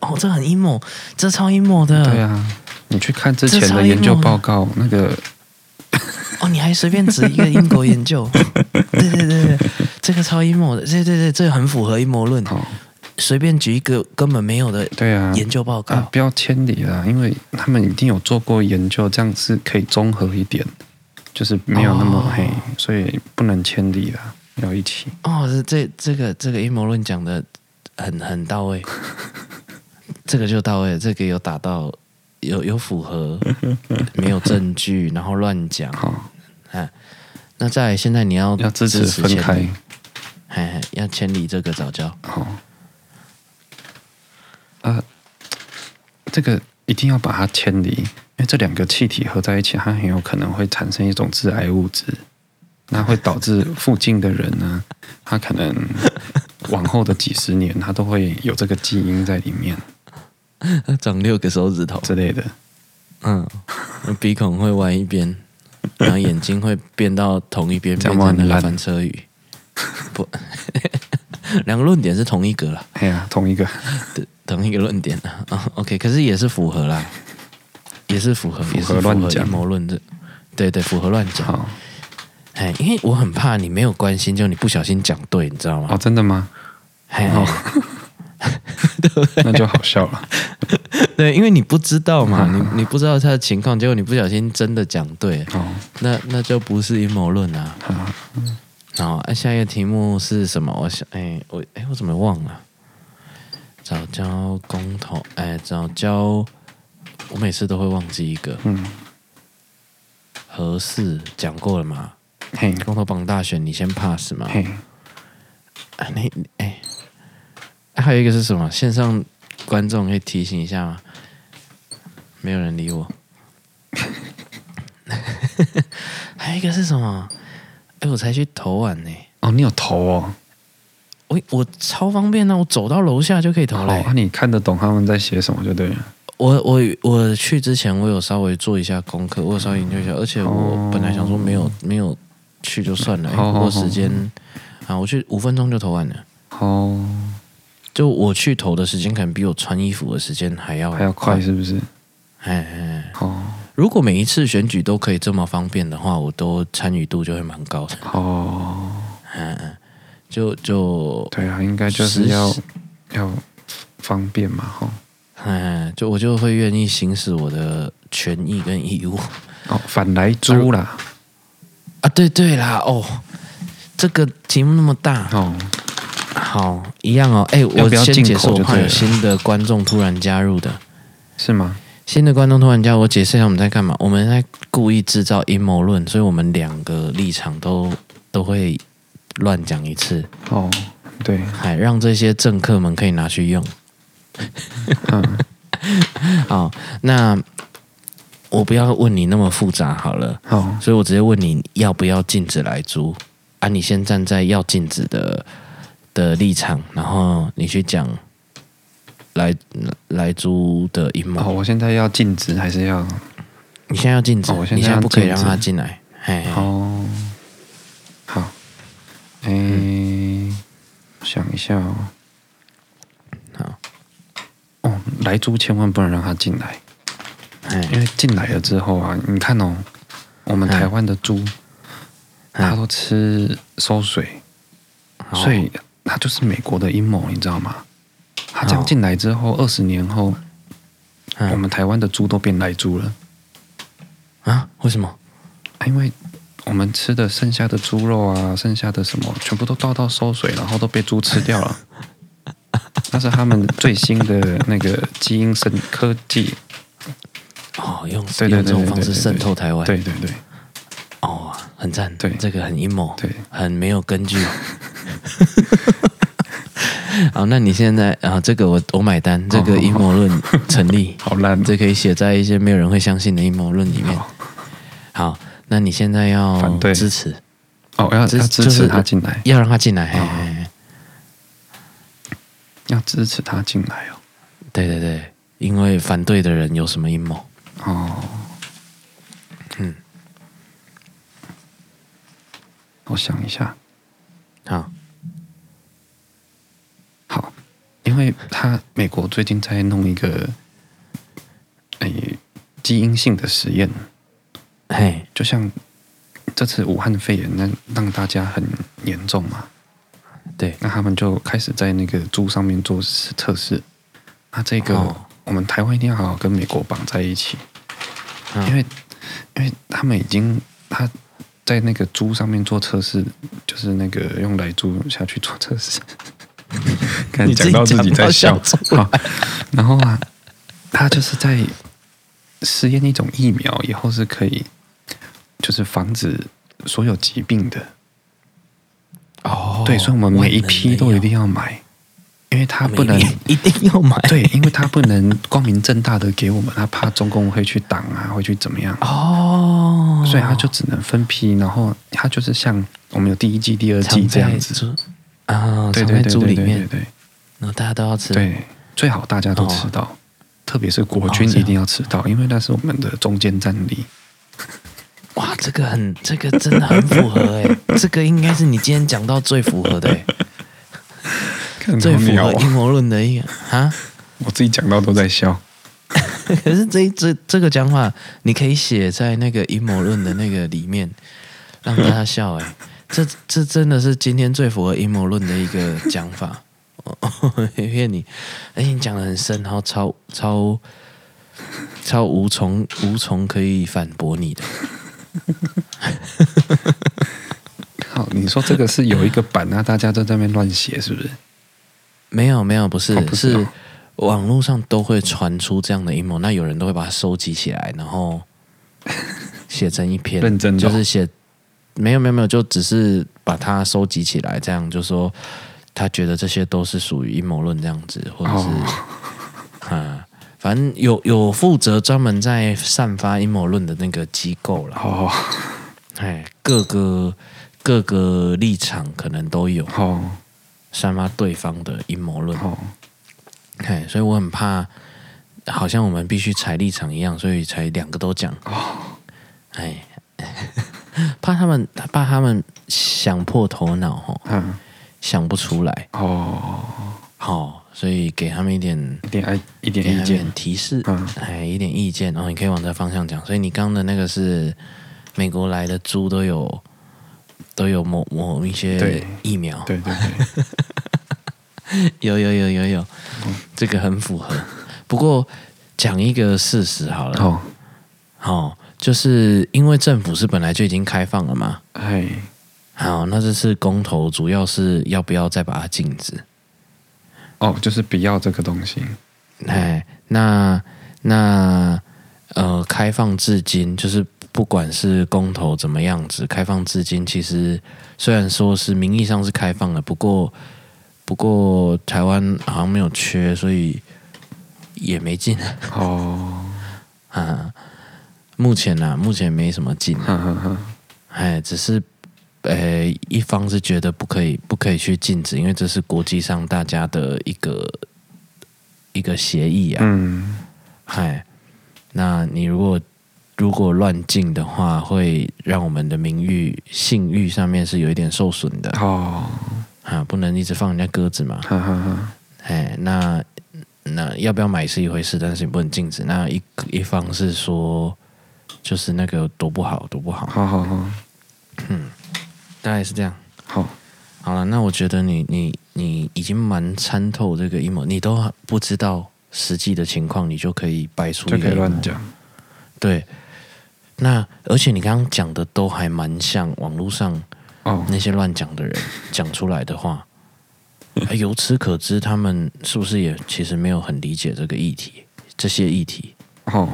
哦，这很阴谋，这超阴谋的。对啊，你去看之这前超的阴研究谋的报告，那个哦，你还随便指一个英国研 究？对对对对，这个超阴谋的，对对对，这个很符合阴谋论。好，随便举一个根本没有的哦对啊，研究报告，啊，不要千里啦，因为他们一定有做过研究，这样是可以综合一点，就是没有那么、哦嘿，所以不能千里啦，要一起。哦，这这这个这个阴谋论讲的很很到 位，这个就到位了，这个有打到，有有符合，没有证 据，然后乱讲。啊好，那再来，现在你要要支持分千开里，，哎，要千里这个早教，好。哦啊，这个一定要把它迁离，因为这两个气体合在一起，它很有可能会产生一种致癌物质，那会导致附近的人呢，他可能往后的几十年，他都会有这个基因在里面长六个手指头，之类的。嗯，鼻孔会歪一边， 然后眼睛会变到同一边，这变样吗成那个很烂翻车鱼。不， 两个论点是同一个啦，哎呀，同一个同一个论点啦。啊、o k 可是也是符合啦，也是符合，符合也是符乱合讲阴谋论这，对对，符合乱讲。好哎，因为我很怕你没有关心，就你不小心讲对，你知道哦，吗？真的 吗？哎、哦，那就好笑了。对，因为你不知道 嘛，你你不知道他的情况，结果你不小心真的讲对，哦，那那就不是阴谋论啊。好，好，啊、下一个题目是什么？我想，哎、我哎、我怎么忘了？早教公投，哎、早教，我每次都会忘记一个。嗯，合适讲过了嘛？嘿，公投榜大选，你先 pass 嘛。嘿，啊，你你哎、啊还有一个是什么？线上观众可以提醒一下吗？没有人理我。 还有一个是什么？哎、我才去投完呢、哦，你有头哦，我我超方便啊，我走到楼下就可以投哦，嘞、啊，你看得懂他们在写什么就对了。我我我去之前，我有稍微做一下功课，我有稍微研究一下，而且我哦本来想说没有没有去就算了，好不好过好时间啊，我去五分钟就投完了。哦，就我去投的时间，可能比我穿衣服的时间还要还要快。是不是？哎哎，哦，如果每一次选举都可以这么方便的话，我都参与度就会蛮高的。 哦，嗯嗯，就就对啊，应该就是实要要方便嘛，哦哈。哎，就我就会愿意行使我的权益跟义务。 哦，反来猪啦，啊，对对啦，哦，这个题目那么大，哦，好，一样哦。哎，要我不要先进解释，口我就怕对有了新的观众突然加入的，是吗？新的观众突然加入，我解释一下我们在干嘛。我们在故意制造阴谋论，所以我们两个立场都都会乱讲一次，哦，对，还让这些政客们可以拿去用。 嗯，好，那我不要问你那么复杂好了。好，所以我直接问你要不要禁止来租啊？你先站在要禁止的的立场，然后你去讲来来租的阴哦，谋。我现在要禁止还是要？你现在要禁止，哦我现在你现在要不可以禁让止他进来。嘿，哦，好，诶，想一下哦，好，哦，来猪千万不能让它进来。因嘿，为进来了之后啊，你看哦，我们台湾的猪，嗯它都吃馊水，好所以它就是美国的阴谋，你知道吗？它这样哦进来之后，二十年后，嗯我们台湾的猪都变来猪了，嗯啊，为什么？啊因为我们吃的剩下的猪肉啊，剩下的什么，全部都倒到馊水，然后都被猪吃掉了。 那是他们最新的那个基因生科技，哦，用对对用这对种对方对式对对渗透台湾，对对对哦，很赞，对这个很阴谋，对，很没有根 据。 好，那你现在啊，这个我我买哦单，这个阴谋论成立。 好烂，这可以写在一些没有人会相信的阴谋论里面。好好，那你现在要反对支持，哦，要要这支就是持他进来，要让他进来。嘿哦嘿嘿要支持他进来哦。对对对，因为反对的人有什么阴谋？哦，嗯，我想一下，好，好，因为他美国最近在弄一个，诶、基因性的实验，嘿，就像这次武汉肺炎那让大家很严重嘛，对，那他们就开始在那个猪上面做试测试，那这个、哦我们台湾一定要好好跟美国绑在一起，嗯因为因为他们已经他 在那个猪上面做测试，就是那个用来猪下去做测试，看你自讲己到自己讲在到笑笑出 好，然后啊，他就是在实验一种疫苗，以后是可以就是防止所有疾病的。哦对，所以我们每一批都一定要买，因为它要，不能每一批一定要买。 对，因为它不能光明正大的给我们，他怕中共会去挡啊，会去怎么样，哦，所以他就只能分批，然后他就是像我们有第一季、第二季藏这样在子，猪啊，对藏对在对猪对里对对面，对。然后大家都要吃。对，最好大家都吃到，特别是国军哦这样一定要吃到，因为那是我们的中间战力。哇，这个很，这个真的很符合哎、这个应该是你今天讲到最符合的、 欸，最符合阴谋论的一个啊。我自己讲到都在笑。 可是这一这这个讲法，你可以写在那个阴谋论的那个里面，让大家笑哎、这这真的是今天最符合阴谋论的一个讲法。哦 没骗你，而且你讲的很深，然后超超超无从无从可以反驳你的。好，你说这个是有一个版啊，大家都在那边乱写，是不是？没有没有，不是、哦不是是哦网络上都会传出这样的阴谋，那有人都会把它收集起来，然 后写成一篇，认真的就哦是写没有没有没有，就只是把它收集起来，这样就说他觉得这些都是属于阴谋论这样子，或者是哦， 啊。反正有有负责专门在散发阴谋论的那个机构啦，哦，哎，各个各个立场可能都有哦，散发对方的阴谋论。哦，嘿，所以我很怕，好像我们必须踩立场一样，所以才两个都讲。哎， 怕他们，怕他们想破头脑哦，啊，想不出来哦，哦，所以给他们一点一点爱，一给他点们意一见点。提示，嗯哎，一点意见，然、后你可以往这方向讲。所以你刚刚的那个是美国来的猪都有都有某某一些对疫苗，对对对，有有有有有，这个很符合。不过讲一个事实好了，哦，好、就是因为政府是本来就已经开放了嘛。哎，好，那这次公投主要是要不要再把它禁止？哦，就是不要这个东西。哎，那那呃，开放至今，就是不管是公投怎么样子，开放至今，其实虽然说是名义上是开放了，不过不过台湾好像没有缺，所以也没禁哦，啊。目前呢、目前没什么禁啊、哈哈哈，哎，只是，呃，一方是觉得不可以，不可以去禁止，因为这是国际上大家的一个一个协议啊。嗯，哎，那你如果如果乱禁的话，会让我们的名誉、信誉上面是有一点受损的哦，啊，不能一直放人家鸽子嘛。哈哈哈，哎，那那要不要买是一回事，但是你不能禁止。那一一方是说，就是那个多不好，多不好，好好好，大概是这样。好，好了，那我觉得你你你已经蛮参透这个阴谋，你都不知道实际的情况，你就可以掰出一就个可以阴谋乱。讲。对，那而且你刚刚讲的都还蛮像网络上哦，那些乱讲的人讲出来的话。 哎由此可知，他们是不是也其实没有很理解这个议题，这些议题哦，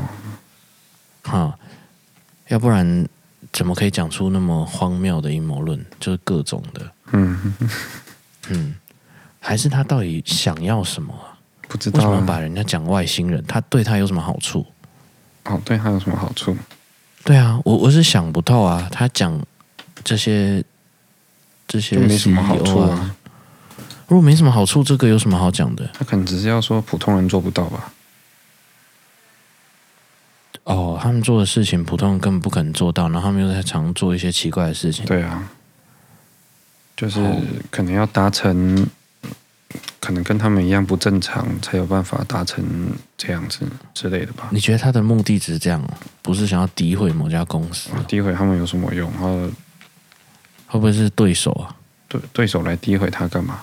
哈？要不然怎么可以讲出那么荒谬的阴谋论？就是各种的，嗯，嗯，还是他到底想要什么啊？不知为什道么要啊。把人家讲外星人？他对他有什么好处？哦，对他有什么好处？对啊，我我是想不透啊。他讲这些这些就没什么好 CEO 处啊。啊。如果没什么好处，这个有什么好讲的？他可能只是要说普通人做不到吧。哦，他们做的事情普通人根本不可能做到，然后他们又在常做一些奇怪的事情。对啊，就是哦可能要达成，可能跟他们一样不正常，才有办法达成这样子之类的吧。你觉得他的目的只是这样哦，不是想要诋毁某家公司哦？会不会是对手啊？对对手来诋毁他干嘛？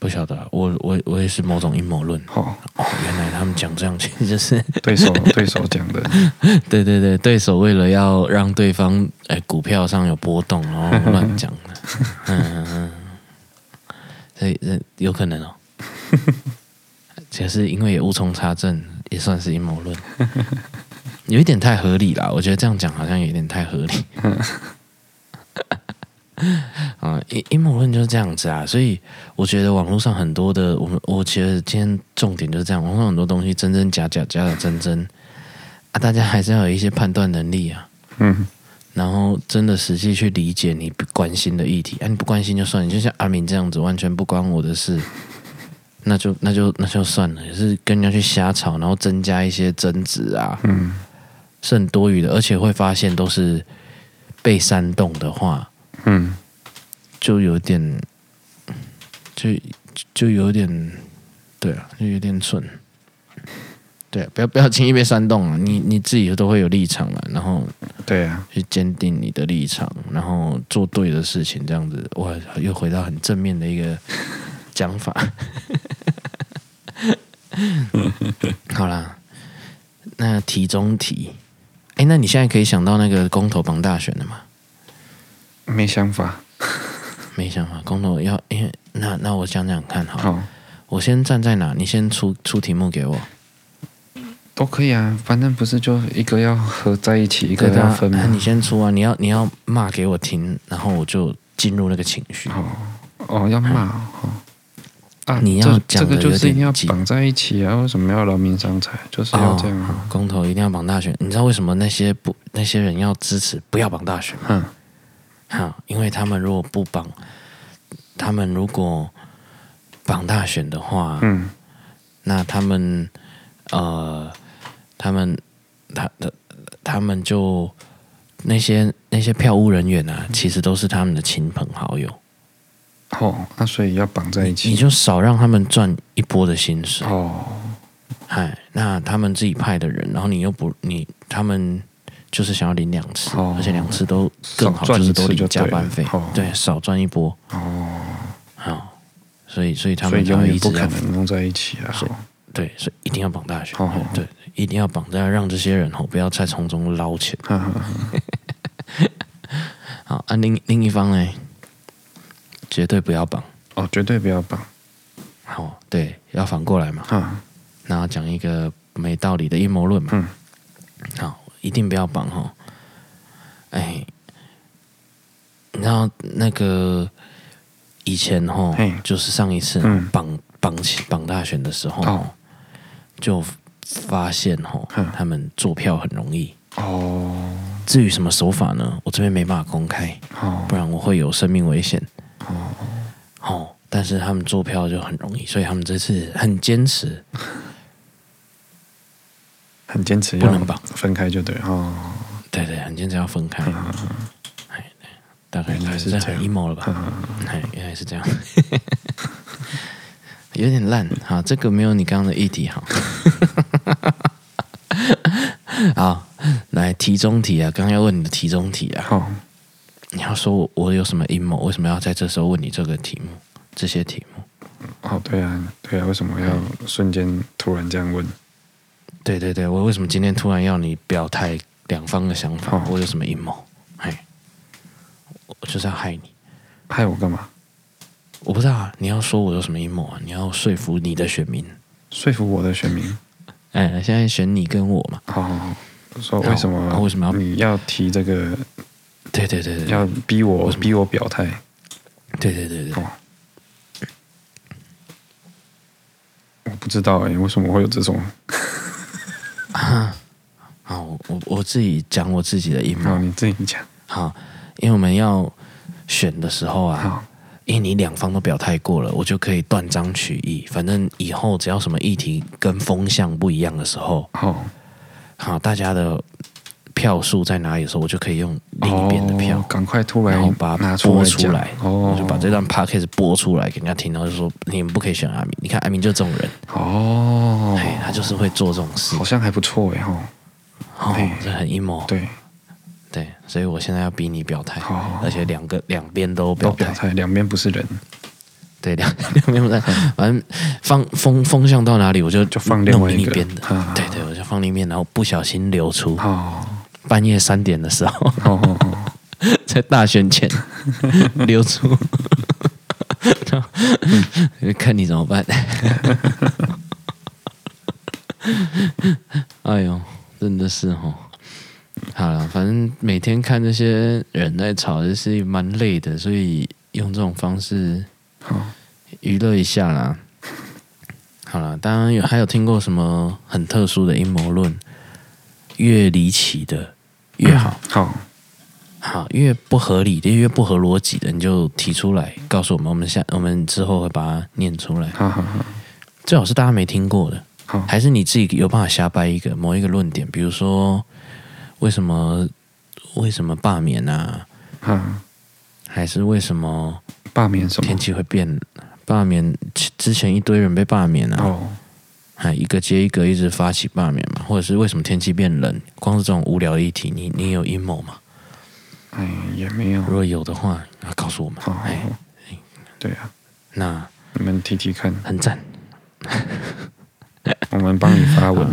不晓得啊，我我我也是某种阴谋论。 哦，哦，原来他们讲这样，其实就是对手对手讲的， 对对对，对手为了要让对方哎股票上有波动，然后乱讲的。嗯嗯嗯，所以人有可能哦。只是因为有无从查证，也算是阴谋论，有一点太合理啦。我觉得这样讲好像有点太合理。啊，阴阴谋论就是这样子啊，所以我觉得网络上很多的，我们我觉得今天重点就是这样，网络上很多东西真真假假，假假真真啊，大家还是要有一些判断能力啊，嗯，然后真的实际去理解你不关心的议题啊，你不关心就算，你就像阿明这样子，完全不关我的事，那就那就那就算了，也是跟人家去瞎吵，然后增加一些争执啊，嗯，是很多余的，而且会发现都是被煽动的话，嗯，就有点，就就有点，对啊，就有点蠢。对、啊，不要不要轻易被煽动啊！你你自己都会有立场嘛，然后对啊，去坚定你的立场，然后做对的事情，这样子，哇，又回到很正面的一个讲法。 好啦，那题中题，哎，那你现在可以想到那个公投榜大选了吗？没想法。没想法，公投要，因为那那我讲讲看好了，好，我先站在哪？你先出出题目给我。都可以啊，反正不是就一个要合在一起，一个对的要啊，分啊你嘛。先出啊！你要你要骂给我听，然后我就进入那个情绪。好，哦，要骂哦。哦啊，哎你要这讲这个得就有是一定点要急绑在一起啊，为什么要劳民伤财？就是要这样好啊。公投一定要绑大选，你知道为什么那些不那些人要支持不要绑大选吗？嗯，哈，因为他们如果不绑，他们如果绑大选的话，嗯，那他们呃，他们他他他们就那些那些票务人员啊，嗯其实都是他们的亲朋好友，哦，那所以要绑在一你起。就少让他们赚一波的薪水。哦，嗨，那他们自己派的人，然后你又不你他们。就是想要领两次，哦而且两次都更好，少赚就一是都次就领对加了班费，哦对，少赚一波，哦，好，所以所以他所们以才永会远一直不可要能弄在一起啊。是对，所以一定要绑大选，哦哦对，一定要绑大，让这些人吼不要再从中捞钱。哈哈哈好，啊，另另一方呢，绝对不要绑。哦，绝对不要绑。好，对，要反过来嘛。哈，然后讲一个没道理的阴谋论嘛。嗯好，一定不要绑哈。哎，你知道那个以前哈嘿，就是上一次嗯绑绑起绑大选的时候吼哦，就发现哈嗯，他们做票很容易。哦，至于什么手法呢？我这边没办法公开，哦不，然我会有生命危险。哦，哦，但是他们做票就很容易，所以他们这次很坚持，很坚持不要能绑分开就对了哦。对对，很坚持要分开。哈哈哎，对大概原来是这这很样 emo 了哈吧？哈哎，原来是这样， 有点烂哈，这个没有你刚刚的议题好。 好，来题中题啊，刚刚要问你的题中题啊，好，你要说我我有什么阴谋？为什么要在这时候问你这个题目？这些题目？哦，对啊，对啊，为什么要嗯瞬间突然这样问？对对对，我为什么今天突然要你表态两方的想法？哦我有什么阴谋？哎，我就是要害你。害我干嘛？我不知道啊，你要说我有什么阴谋啊？你要说服你的选民。说服我的选民？哎，现在选你跟我嘛。好好好，说为什好么？为什么要你要提这个？对对对对，要逼我为什么逼我表态？对对对对哦，我不知道哎、为什么会有这种？好，我我我自己讲我自己的阴谋好，你自己讲。好，因为我们要选的时候啊，好，因为你两方都表态过了，我就可以断章取义。反正以后只要什么议题跟风向不一样的时候，好，好，大家的票数在哪里的时候，我就可以用另一边的票哦，赶快突然然后把它拿播来出讲来，哦，我就把这段 podcast 播出来给人家听，然后就说你们不可以选阿明，你看阿明就这种人，哦，哎、他就是会做这种事好，像还不错哎哈。哦哎，这很阴谋，对，对，所以我现在要逼你表态好好，好而且两个两边都表都表态，态，两边不是人，对，两 两边不在，反正放风风向到哪里，我就就放另弄外另一一个嗯边的好好好，对对，我就放另一边，然后不小心流出，哦，半夜三点的时候。哦哦哦，在大选前流出，然后 看你怎么办。 哎呦，真的是哦。好了，反正每天看这些人在吵，也是蛮累的，所以用这种方式好，娱乐一下啦。好了，当然有还有听过什么很特殊的阴谋论，越离奇的越好。好，好，越不合理的、越不合逻辑的，你就提出来告诉我们，我们下我们之后会把它念出来。好好好，最好是大家没听过的，好，还是你自己有办法瞎掰一个某一个论点，比如说为什么为什么罢免啊，啊，还是为什么罢免什么天？气会变？罢免之之前一堆人被罢免啊，哦，还一个接一个一直发起罢免嘛，或者是为什么天气变冷？光是这种无聊的议题，你你有阴谋吗？哎，也没有如。果有的话，啊告诉我们好，好哎，好，对啊，那你们提提看，很赞。我们帮你发啊文。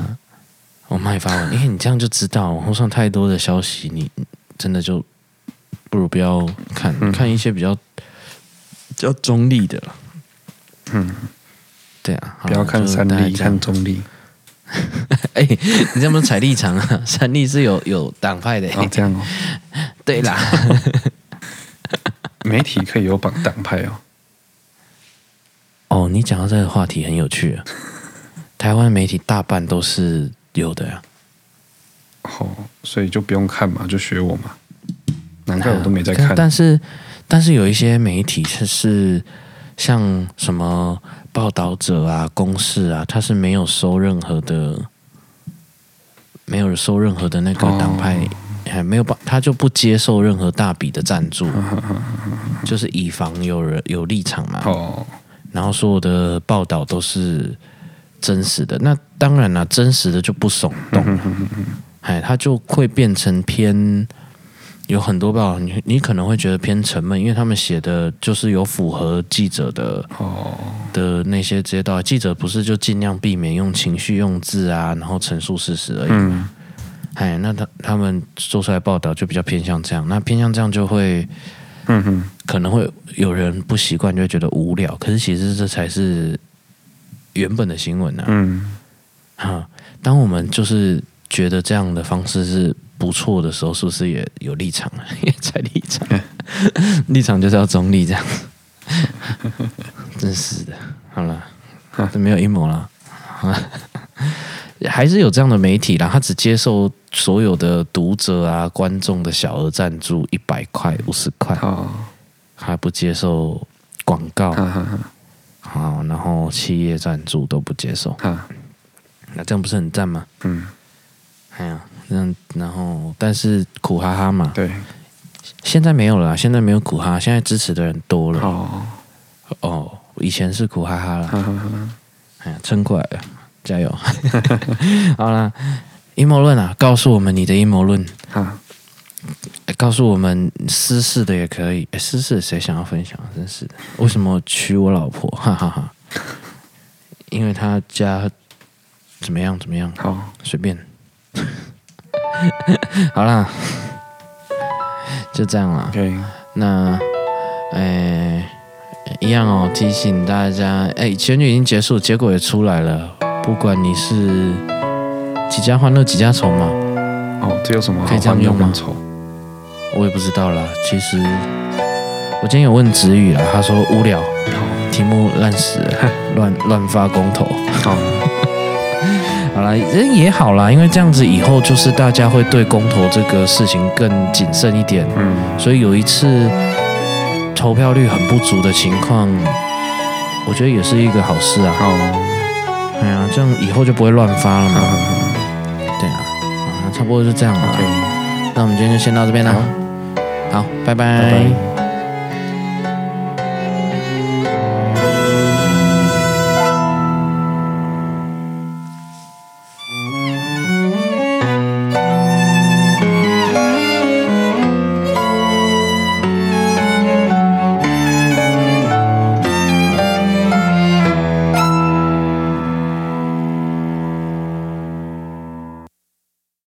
我妈也哦发文，因为你这样就知道网络上太多的消息，你真的就不如不要看，嗯看一些比较比较中立的了。嗯，对啊，好不要啦看就三大概立，这样看中 立。哎、你这样不是踩立场啊？三立是有有党派的、哦，这样哦，对啦，媒体可以有绑党派哦。哦，你讲到这个话题很有趣啊。台湾媒体大半都是有的啊呀、哦，所以就不用看嘛，就学我嘛。难怪我都没在看啊但。但是，但是有一些媒体它是像什么报道者啊、公示啊，它是没有收任何的，没有收任何的那个哦党派，还没有把他就不接受任何大笔的赞 助，就是以防有人有立场嘛。哦，然后所有的报道都是真实的。那当然啦、真实的就不耸动了，哎，它就会变成偏有很多报道，你你可能会觉得偏沉闷，因为他们写的就是有符合记者的哦，的那些街道，记者不是就尽量避免用情绪用字啊，然后陈述事实而已。嗯，哎，那他他们做出来报道就比较偏向这样，那偏向这样就会。嗯哼，可能会有人不习惯，就会觉得无聊。可是其实这才是原本的新闻呢、啊。嗯，哈、当我们就是觉得这样的方式是不错的时候，是不是也有立场了？ 也在立场， 立场就是要中立这样。 真是的，好了，这没有阴谋了。好啦 还是有这样的媒体啦，他只接受所有的读者啊、观众的小额赞助，一百块、五十块。哦，还不接受广告，哈哈哈，好，然后企业赞助都不接受，哈，那这样不是很赞吗？嗯，哎呀，那然后但是苦哈哈嘛，对，现在没有了啦，啊现在没有苦哈，现在支持的人多了哦，哦，以前是苦哈哈啦，哈哈哈，哎呀，撑过来了，加油！ 好啦，阴谋论啊，告诉我们你的阴谋论，哈，哎告诉我们私事的也可以，哎私事谁想要分享？真是的，为什么娶我老婆？哈哈哈！因为他家怎么样怎么样，好，随便。 好啦，就这样啦。 OK，那，哎、一样哦，提醒大家，哎、选举已经结束，结果也出来了。不管你是几家欢乐几家愁嘛，哦，这有什么可好以这样换用又吗更丑？我也不知道啦。其实我今天有问子宇啦，他说无聊，好，题目烂死了，乱乱发公投。好，好啦，这也好啦，因为这样子以后就是大家会对公投这个事情更谨慎一点。嗯，所以有一次投票率很不足的情况，我觉得也是一个好事啊。好，嗯哎呀，这样以后就不会乱发了哈嘛。哈对啊，啊，差不多就这样哈了。 ，OK，那我们今天就先到这边啦。好，拜拜拜拜。